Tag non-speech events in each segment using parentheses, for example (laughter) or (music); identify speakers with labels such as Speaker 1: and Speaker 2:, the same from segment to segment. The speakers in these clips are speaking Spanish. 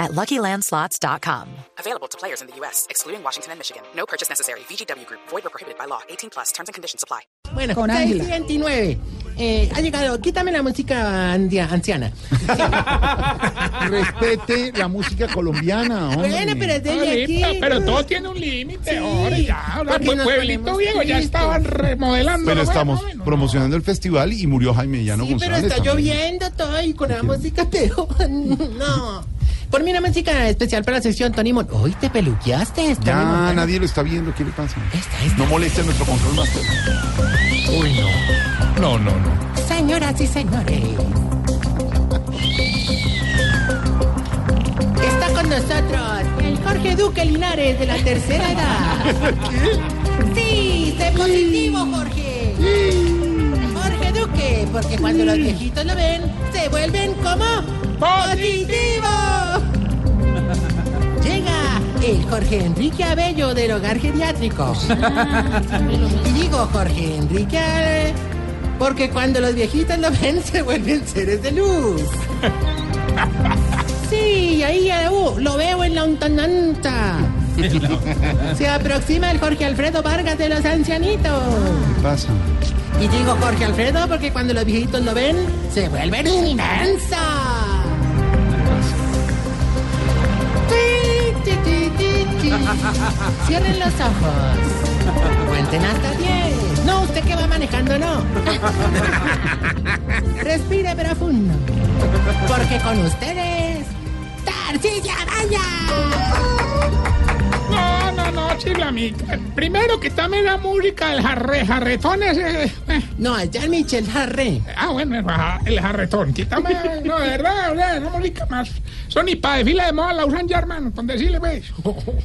Speaker 1: at luckylandslots.com.
Speaker 2: Available to players in the U.S., excluding Washington and Michigan. No purchase necessary. VGW Group, void or prohibited by law. 18 plus terms and conditions apply.
Speaker 3: Bueno,
Speaker 4: Con
Speaker 3: seis
Speaker 4: Ángela.
Speaker 3: y 29. Eh, ha llegado, quítame la música andia- anciana.
Speaker 4: Respete la música colombiana, hombre.
Speaker 3: Bueno, pero es
Speaker 5: Ah,
Speaker 3: desde aquí.
Speaker 5: listo, pero todo tiene un límite,
Speaker 3: Sí,
Speaker 5: ahora ya, ahora
Speaker 3: porque
Speaker 5: pues,
Speaker 3: nos
Speaker 5: pueblito
Speaker 3: ponemos
Speaker 5: viejo, ya
Speaker 3: tristes.
Speaker 5: estaban remodelando.
Speaker 4: Pero
Speaker 5: ¿no?
Speaker 4: estamos
Speaker 5: Bueno,
Speaker 4: promocionando el festival y murió Jaime Llano
Speaker 3: Sí, pero
Speaker 4: González.
Speaker 3: está
Speaker 4: también.
Speaker 3: lloviendo todo y con la música, (laughs) pero no. Por mí una música especial para la sección, Tony Mon. Hoy te peluqueaste, Tony
Speaker 4: Ya
Speaker 3: Montana.
Speaker 4: nadie lo está viendo, ¿qué le pasa?
Speaker 3: Esta es
Speaker 4: No moleste a nuestro control master. Uy, no. No, no, no.
Speaker 3: Señoras y señores. Está con nosotros el Jorge Duque Linares de la tercera edad. Sí, sé positivo, Jorge. Jorge Duque, porque cuando los viejitos lo ven, se vuelven como positivos. Llega el Jorge Enrique Abello del hogar geriátrico. Y digo Jorge Enrique, eh, porque cuando los viejitos lo ven (laughs) se vuelven seres de luz. Sí, ahí ya, uh, lo veo en la ontananta. Se aproxima el Jorge Alfredo Vargas de los ancianitos.
Speaker 4: ¿Qué pasa?
Speaker 3: Y digo Jorge Alfredo porque cuando los viejitos lo ven se vuelven inmensos. Ti, ti, ti, ti, ti. Cierren los ojos. Cuenten hasta 10. No, usted que va manejando, no. Respire profundo. Porque con ustedes, Tarcilla Araya.
Speaker 5: No, no, no, chiflamica. Primero quítame la música del jarre, jarretón ese. eh,
Speaker 3: No, allá el Michel Jarre.
Speaker 5: Ah, bueno, el, ja- el jarretón, quítame. No, de verdad, de verdad, esa música más. Son ni para desfile de moda la usan ya, hermano, con decirle, pues.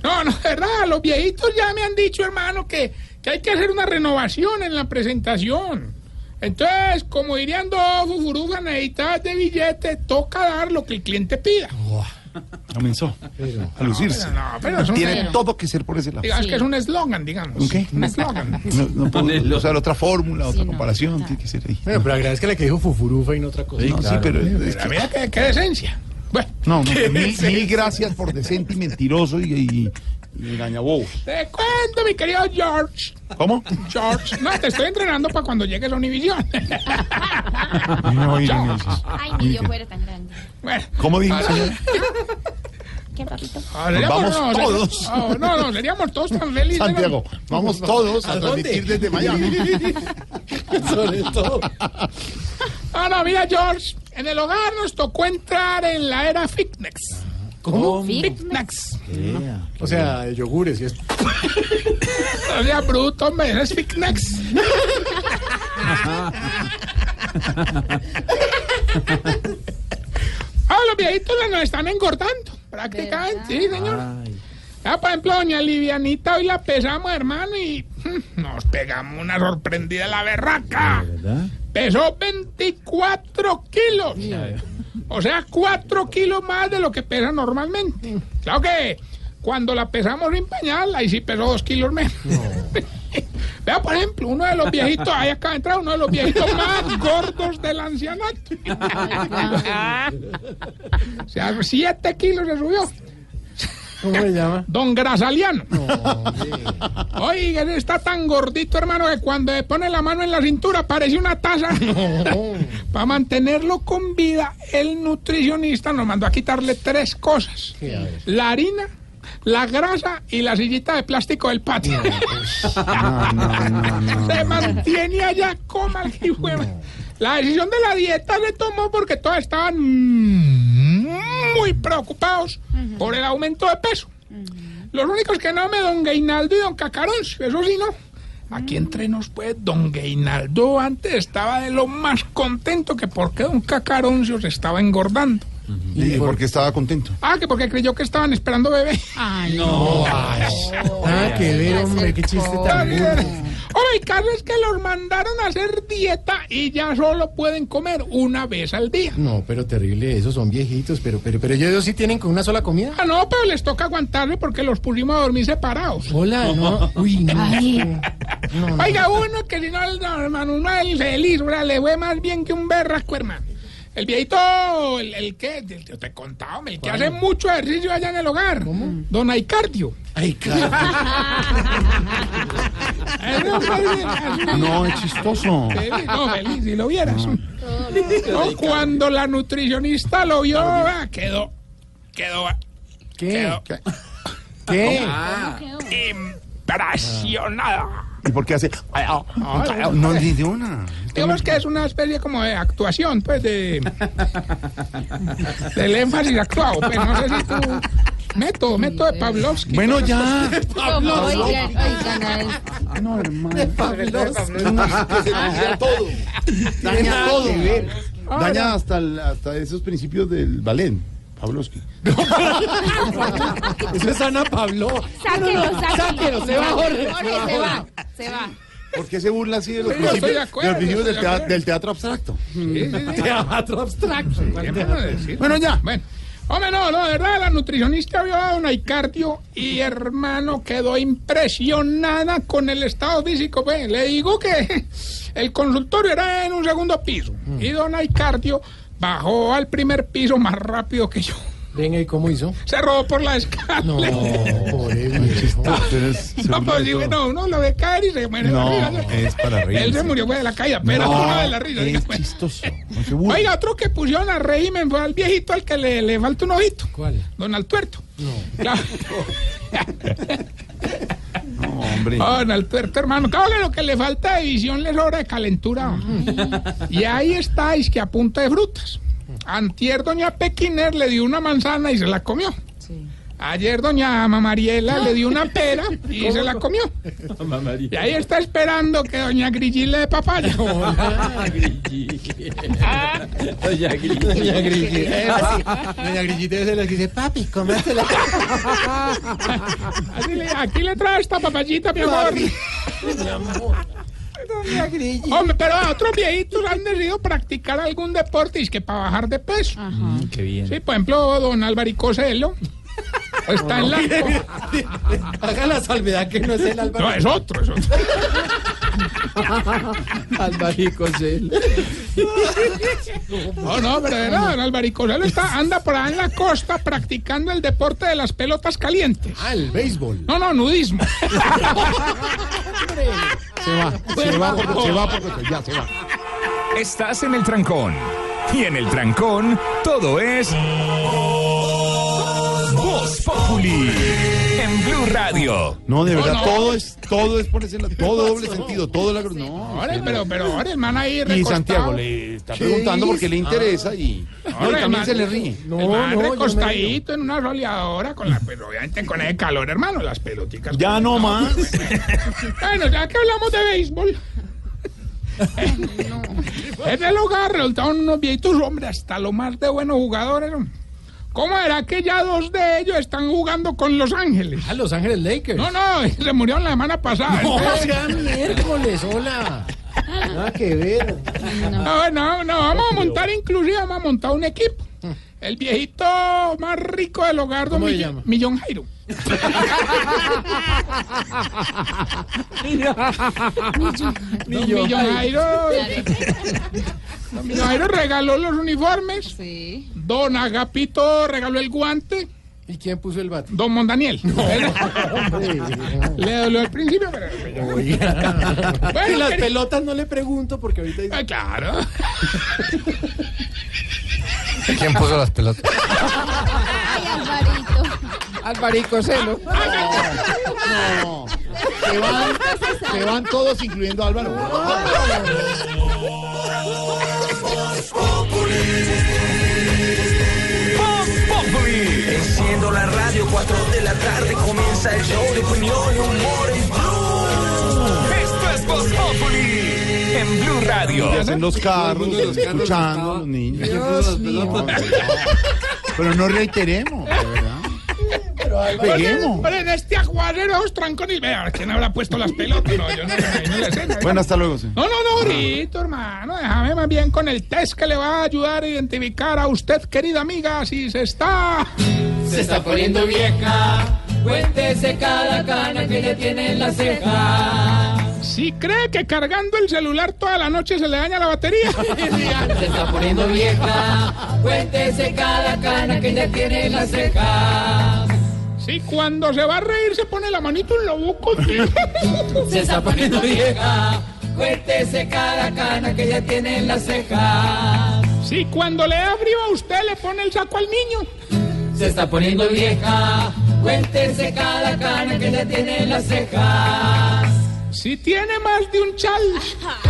Speaker 5: No, no, de verdad, los viejitos ya me han dicho, hermano, que, que hay que hacer una renovación en la presentación. Entonces, como dirían dos fufurugas necesitadas de billete, toca dar lo que el cliente pida.
Speaker 4: Comenzó a lucirse.
Speaker 5: No, pero es un,
Speaker 4: Tiene todo que ser por ese lado.
Speaker 5: digamos que es un eslogan, digamos.
Speaker 4: ¿Un qué?
Speaker 5: Un eslogan.
Speaker 4: No, no puedo usar otra fórmula, otra comparación, tiene que ser ahí.
Speaker 6: Bueno, pero agradezcale que dijo fufurufa y no otra cosa.
Speaker 4: No, sí, pero es
Speaker 5: Pero
Speaker 4: que-
Speaker 5: mira qué, qué decencia. Bueno,
Speaker 4: No, no,
Speaker 5: ¿Qué
Speaker 4: mil,
Speaker 5: es
Speaker 4: mil
Speaker 5: eso?
Speaker 4: gracias por decente y mentiroso y, y, y engañabobos.
Speaker 5: te cuento, mi querido George.
Speaker 4: ¿Cómo?
Speaker 5: George, no, te estoy entrenando para cuando llegues a Univisión.
Speaker 4: No, y-
Speaker 7: Ay, ni yo fuera tan grande.
Speaker 5: (laughs) Bueno,
Speaker 4: ¿Cómo dijo, señor?
Speaker 7: ¿Qué, papito?
Speaker 5: seríamos-
Speaker 4: vamos
Speaker 5: no,
Speaker 4: todos.
Speaker 5: ser- (laughs) oh, no, no, seríamos todos tan felices.
Speaker 4: Santiago, vamos todos a transmitir desde Miami.
Speaker 6: (laughs) sobre todo.
Speaker 5: Ah, No, no, mira, George, en el hogar nos tocó entrar en la era fitness.
Speaker 6: ¿Cómo?
Speaker 5: Fitness.
Speaker 6: O sea, de yogures y esto.
Speaker 5: O sea, bruto, hombre, eres fitness. Ah, los viejitos nos están engordando, prácticamente, sí, señor. Ya, por ejemplo, doña Livianita, hoy la pesamos, hermano, y mm, nos pegamos una sorprendida la berraca. Pesó 24 kilos. O sea, 4 kilos más de lo que pesa normalmente. Claro que cuando la pesamos sin pañal, ahí sí pesó 2 kilos menos. (laughs) Vea, por ejemplo, uno de los viejitos, ahí acaba de entrar uno de los viejitos más gordos del ancianato. (laughs) O sea, 7 kilos se subió.
Speaker 6: ¿Cómo se llama?
Speaker 5: Don Grasaliano. (laughs) Oiga, está tan gordito, hermano, que cuando le pone la mano en la cintura parece una taza. (laughs) Para mantenerlo con vida, el nutricionista nos mandó a quitarle tres cosas. La harina, la grasa y la sillita de plástico del patio. Se mantiene allá, coma el hijo de madre. La decisión de la dieta se tomó porque todos estaban mm, muy preocupados por el aumento de peso. Los únicos que no me don Gainaldo y don Cacaroncio, eso sí no. Aquí entre nos, pues, don Gainaldo antes estaba de lo más contento que porque don Cacaroncio se estaba engordando.
Speaker 4: Y porque estaba contento.
Speaker 5: Ah, que porque creyó que estaban esperando bebé.
Speaker 7: Ay, no.
Speaker 5: (laughs)
Speaker 6: Ah, qué ver, hombre, qué chiste tan burdo.
Speaker 5: Hombre, el caso es que los mandaron a hacer dieta y ya solo pueden comer una vez al día.
Speaker 6: No, pero terrible, esos son viejitos, pero, pero, pero ellos sí tienen con una sola comida.
Speaker 5: Ah, no, pero les toca aguantarle porque los pusimos a dormir separados.
Speaker 6: Hola, (laughs) no, uy, no. no, no.
Speaker 5: Oiga, uno que si no, el don Manuel feliz, bra, le fue más bien que un berrasco, hermano. El viejito, el, el que, el- yo te he contado, hombre, el que hace mucho ejercicio allá en el hogar. Don Aicardio.
Speaker 6: Ay, claro.
Speaker 5: Ese hombre es- es un
Speaker 4: No, es chistoso.
Speaker 5: feliz, no, feliz, si lo vieras. No, cuando la nutricionista lo vio, ah, quedó, quedó, ah,
Speaker 6: ¿Qué?
Speaker 5: quedó
Speaker 6: ¿Qué?
Speaker 5: impresionada.
Speaker 4: ¿Y por qué hace? ah, No, ni de una.
Speaker 5: Digamos que es una especie como de actuación, pues, de. del énfasis actuado. Pues no sé si tú. Método, método de Pavlovsky.
Speaker 4: Bueno, ya.
Speaker 7: Oigan, oigan, a ver,
Speaker 4: No, hermano.
Speaker 6: (laughs)
Speaker 8: Daña todo. Daña hasta, el- hasta esos principios del ballet, Pavlovsky.
Speaker 6: (laughs) Eso es Ana Pablo.
Speaker 7: Sáquelo, sáquelo.
Speaker 6: Ah, se va, Jorge,
Speaker 7: Jorge, se va, se va.
Speaker 8: ¿Por qué se burla así de los
Speaker 6: Pues
Speaker 5: Sí, yo estoy
Speaker 8: principios,
Speaker 5: de
Speaker 8: de
Speaker 5: acuerdo,
Speaker 8: los principios
Speaker 5: yo
Speaker 8: del,
Speaker 5: estoy
Speaker 8: tea-
Speaker 5: de acuerdo.
Speaker 8: del teatro abstracto?
Speaker 5: Sí, sí, sí.
Speaker 6: Teatro abstracto.
Speaker 5: ¿Qué me van a decir?
Speaker 8: Bueno, ya.
Speaker 5: Bueno. Hombre, no, no, de verdad, la nutricionista vio a Don Aicardio y hermano quedó impresionada con el estado físico. Pues, le digo que el consultorio era en un segundo piso y Don Aicardio bajó al primer piso más rápido que yo.
Speaker 6: Venga, ¿y cómo hizo?
Speaker 5: Se robó por la escala.
Speaker 6: No, pobre viejo.
Speaker 5: No, pues digo, no, uno lo ve caer y se muere de la
Speaker 4: No,
Speaker 5: risa, ¿no?
Speaker 4: es para reír.
Speaker 5: Él se murió fue de la caída, pero no de la risa. diga,
Speaker 4: Es
Speaker 5: pues.
Speaker 4: chistoso. No se burla.
Speaker 5: Oiga, otro que pusieron a régimen fue al viejito al que le, le falta un ojito.
Speaker 6: ¿Cuál?
Speaker 5: Don Altuerto. No. Claro.
Speaker 4: (laughs) No, hombre.
Speaker 5: Ah, Don Altuerto, hermano. Claro, lo que le falta de visión le sobra de calentura. hombre. y ahí estáis, que a punta de frutas. Antier, doña Pequiner le dio una manzana y se la comió. Ayer doña Mamariela le dio una pera y se la comió. Y ahí está esperando que doña Grillí le dé papaya.
Speaker 6: Doña Grillita. Doña Grillita es de las que dice, papi, comértela.
Speaker 5: Así le- aquí le trae esta papayita, mi amor.
Speaker 6: Doña Grillita.
Speaker 5: Hombre, pero a otros viejitos han decidido practicar algún deporte y es que para bajar de peso.
Speaker 6: Qué bien.
Speaker 5: Sí, por ejemplo, don Álvaro Celo. Está en la.
Speaker 6: Haga la salvedad que no es el
Speaker 5: No,
Speaker 6: Álvaro.
Speaker 5: Pues es otro, es otro.
Speaker 6: Alvarico Cel.
Speaker 5: No, no, pero de verdad, don Álvaro Celo está, anda por allá en la costa practicando el deporte de las pelotas calientes.
Speaker 6: Ah, el béisbol.
Speaker 5: No, no, nudismo.
Speaker 8: Se va, por- se va, por- ya, se va.
Speaker 9: Estás en el trancón. Y en el trancón, todo es. Voz Populi. En Blue Radio.
Speaker 8: No, de verdad,
Speaker 5: no.
Speaker 8: todo es, todo es por ese lado, todo doble sentido, todo la... No.
Speaker 5: Ahora, pero, pero, ahora, el man ahí
Speaker 8: Y
Speaker 5: recostado.
Speaker 8: Santiago le está preguntando porque le interesa y, no, y
Speaker 5: Ah. Ahora,
Speaker 8: también
Speaker 5: hermano.
Speaker 8: se le ríe.
Speaker 6: No,
Speaker 5: el man
Speaker 6: no, yo
Speaker 5: recostadito en una roleadora con la, pero obviamente con el calor, hermano, las pelotitas.
Speaker 4: Ya no más.
Speaker 5: Bueno, ya que hablamos de
Speaker 6: (laughs)
Speaker 5: béisbol. En el hogar resultaron unos viejitos, hombre, hasta lo más de buenos jugadores. hombre. ¿Cómo era que ya dos de ellos están jugando con Los Ángeles?
Speaker 6: A Los Ángeles Lakers.
Speaker 5: No, no, (laughs) se murieron la semana pasada. Entonces,
Speaker 6: Oigan, miércoles, hola. Nada que ver.
Speaker 5: No, no, no, vamos a montar inclusive, vamos a montar un equipo. El viejito más rico del hogar, don
Speaker 6: ¿Cómo se
Speaker 5: Mill-
Speaker 6: llama?
Speaker 5: Millón Jairo. Don Millón Jairo. Don Millón Jairo regaló los uniformes.
Speaker 7: Sí.
Speaker 5: Don Agapito regaló el guante.
Speaker 6: ¿Y quién puso el
Speaker 10: (laughs)
Speaker 6: bate?
Speaker 5: Don Mondaniel. Le dolió al principio, pero.
Speaker 6: y las
Speaker 5: querido-
Speaker 6: pelotas no le pregunto porque ahorita dice,
Speaker 5: Ah, claro.
Speaker 8: ¿Quién puso las pelotas?
Speaker 7: Ay, Alvarito.
Speaker 6: Alvarico Celo.
Speaker 8: No. Se van, se van todos, incluyendo a Álvaro.
Speaker 9: Voz Populi.
Speaker 11: Enciendo la radio, 4 de la tarde comienza el show de opinión y humor en Blue.
Speaker 9: Esto es Voz Populi. En Blue Radio.
Speaker 8: Hacen los carros, escuchando a los
Speaker 5: (laughs)
Speaker 8: niños. Pero no reiteremos, de verdad. Pero Álvaro,
Speaker 5: Pero, pero en este aguadero, los trancones. Vea, ¿quién habrá puesto las pelotas? No, yo no me imagino la escena.
Speaker 8: Bueno, hasta luego, sí.
Speaker 5: No, no, no, ahorita, hermano. Déjame más bien con el test que le va a ayudar a identificar a usted, querida amiga, si se está.
Speaker 10: Se está poniendo vieja. Cuéntese cada cana que le tiene en la ceja.
Speaker 5: Si cree que cargando el celular toda la noche se le daña la batería. (laughs)
Speaker 10: Se está poniendo vieja. Cuéntese cada cana que le tiene en la ceja.
Speaker 5: Si cuando se va a reír se pone la manito en la boca.
Speaker 10: Se está poniendo vieja. Cuéntese cada cana que ya tiene en la ceja.
Speaker 5: Si cuando le da frío a usted le pone el saco al niño.
Speaker 10: Se está poniendo vieja. Cuéntese cada cana que ya tiene en las cejas.
Speaker 5: Si tiene más de un chal.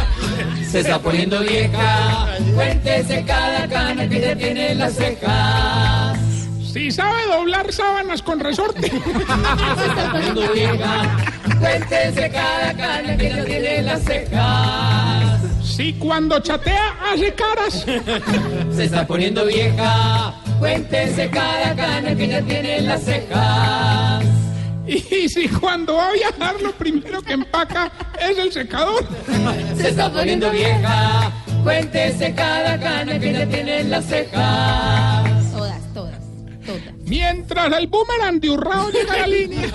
Speaker 10: (laughs) Se está poniendo vieja. Cuéntese cada cana que ya tiene en las cejas.
Speaker 5: Si sabe doblar sábanas con
Speaker 10: Se
Speaker 5: resorte.
Speaker 10: está poniendo vieja. Cuéntese cada cana que ya tiene en las cejas.
Speaker 5: Si cuando chatea hace caras.
Speaker 10: Se está poniendo vieja. Cuéntese cada cana que ya tiene en las cejas.
Speaker 5: Y si cuando va a viajar lo primero que empaca es el secador.
Speaker 10: Se está poniendo vieja. Cuéntese cada cana que ya tiene en las cejas.
Speaker 7: Todas, todas, todas.
Speaker 5: Mientras el boomerang de Urrao llega a la línea.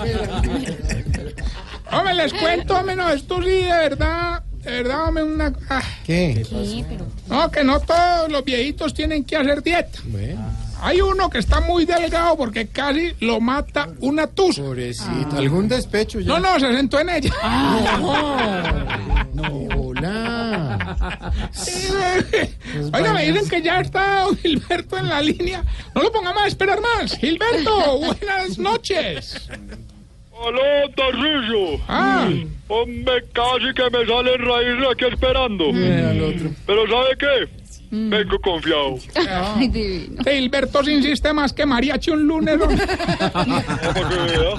Speaker 5: Hombre, les cuento, hombre, no, esto sí, de verdad, de verdad, hombre, una... ah,
Speaker 6: ¿Qué?
Speaker 7: Sí, pero
Speaker 5: No, que no todos los viejitos tienen que hacer dieta.
Speaker 6: Bueno,
Speaker 5: Hay uno que está muy delgado porque casi lo mata una tusa.
Speaker 10: Ah.
Speaker 6: pobrecito. ¿Algún despecho ya?
Speaker 5: No, no, se sentó en ella.
Speaker 6: Ah. No, hola.
Speaker 5: (laughs) Oiga, me dicen que ya está don Gilberto en la línea. No lo pongamos a esperar más. Gilberto, buenas noches.
Speaker 12: Aló, Tarrillo.
Speaker 5: Ah,
Speaker 12: Hombre, casi que me salen raíces aquí esperando. Pero ¿sabe qué? Vengo confiado.
Speaker 7: Ay, divino.
Speaker 5: este Gilberto sin sistemas que mariachi un lunes. ¿no?
Speaker 12: Para que vea. eh.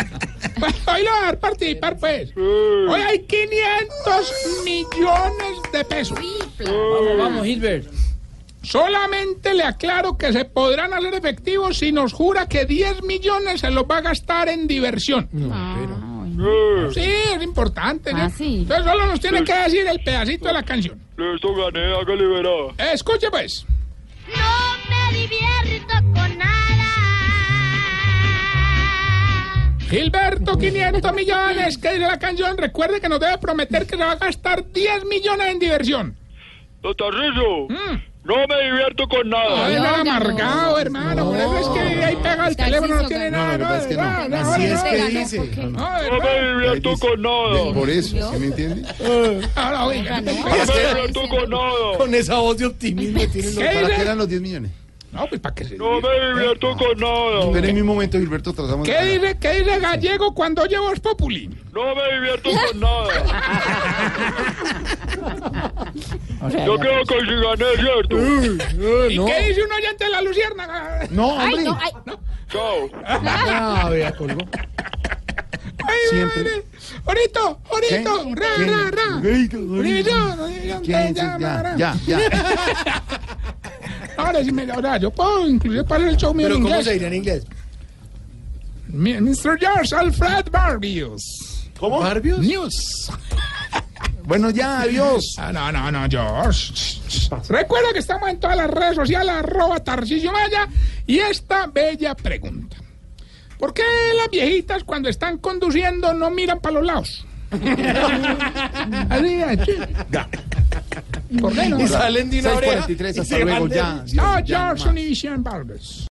Speaker 5: Bueno, hoy lo va a dar participar, pues. Hoy hay 500 millones de pesos.
Speaker 10: Vamos, Hilbert.
Speaker 5: Solamente le aclaro que se podrán hacer efectivos si nos jura que 10 millones se los va a gastar en diversión. Sí, es importante. ¿sí?
Speaker 7: Ah, sí.
Speaker 5: Entonces solo nos tiene que decir el pedacito de la canción.
Speaker 12: Listo, gané, hágale verá.
Speaker 5: Escuche pues.
Speaker 13: No me divierto con nada.
Speaker 5: Gilberto, 500 millones, que dice la canción. Recuerde que nos debe prometer que se va a gastar 10 millones en diversión.
Speaker 12: Don Tarrillo,
Speaker 5: Mm.
Speaker 12: no me divierto con
Speaker 5: No,
Speaker 12: nada.
Speaker 5: es
Speaker 7: no.
Speaker 5: amargado, hermano. Por eso es que ahí pega
Speaker 7: Taxis
Speaker 5: el teléfono, no
Speaker 7: o
Speaker 5: tiene
Speaker 7: ganas.
Speaker 5: nada.
Speaker 6: No, la verdad es que no.
Speaker 5: no, no,
Speaker 6: Así
Speaker 5: no,
Speaker 6: es
Speaker 5: no,
Speaker 6: que
Speaker 5: no,
Speaker 6: dice.
Speaker 5: no,
Speaker 12: No me
Speaker 5: no,
Speaker 12: divierto con nada.
Speaker 8: Por eso, ¿sí me entiende?
Speaker 5: Ahora, oiga,
Speaker 12: No me
Speaker 6: que-
Speaker 12: divierto con nada.
Speaker 6: Con esa voz de optimismo tienen los...
Speaker 5: ¿Qué
Speaker 8: ¿Para qué
Speaker 5: dice?
Speaker 8: eran los 10 millones?
Speaker 5: No, pues para que se...
Speaker 12: No me divierto con nada.
Speaker 8: Esperen un momento, Gilberto, tratamos
Speaker 5: ¿Qué dice, ¿Qué dice Gallego cuando llevo Voz Populi?
Speaker 12: No me divierto con nada. Yo creo que si gané, ¿cierto?
Speaker 5: ¿Y qué dice un oyente de la Luciérnaga? (laughs)
Speaker 8: No,
Speaker 7: Ay,
Speaker 8: hombre.
Speaker 7: no, ay.
Speaker 12: Chao.
Speaker 6: Ah, vea, colgó.
Speaker 5: Ay,
Speaker 8: Siempre.
Speaker 5: madre. Orito, orito,
Speaker 8: ¿Qué?
Speaker 5: ra,
Speaker 8: ¿Qué?
Speaker 5: ra, ra.
Speaker 8: Orito, orito.
Speaker 5: Orito, orito,
Speaker 8: ¿Quién
Speaker 5: te
Speaker 8: es? Ya,
Speaker 5: llamarán.
Speaker 8: ya, ya.
Speaker 5: Ahora sí me ahora yo puedo inclusive para el show mío
Speaker 6: Pero
Speaker 5: en
Speaker 6: ¿cómo
Speaker 5: inglés.
Speaker 6: se diría en inglés?
Speaker 5: Mi- Mr. George Alfred Barbius.
Speaker 6: ¿Cómo? ¿Barbios?
Speaker 5: News.
Speaker 8: Bueno, ya, adiós.
Speaker 5: Ah, no, no, no, George. Recuerda que estamos en todas las redes sociales, arroba Tarcillo Maya, y esta bella pregunta. ¿Por qué las viejitas cuando están conduciendo no miran para los lados? Así, así. ¿Por qué no?
Speaker 6: Y salen de una oreja.
Speaker 8: 6:43,
Speaker 6: y
Speaker 8: hasta
Speaker 6: se
Speaker 8: luego,
Speaker 6: van de-
Speaker 8: ya.
Speaker 5: No,
Speaker 8: ya,
Speaker 5: George Univision Barbius.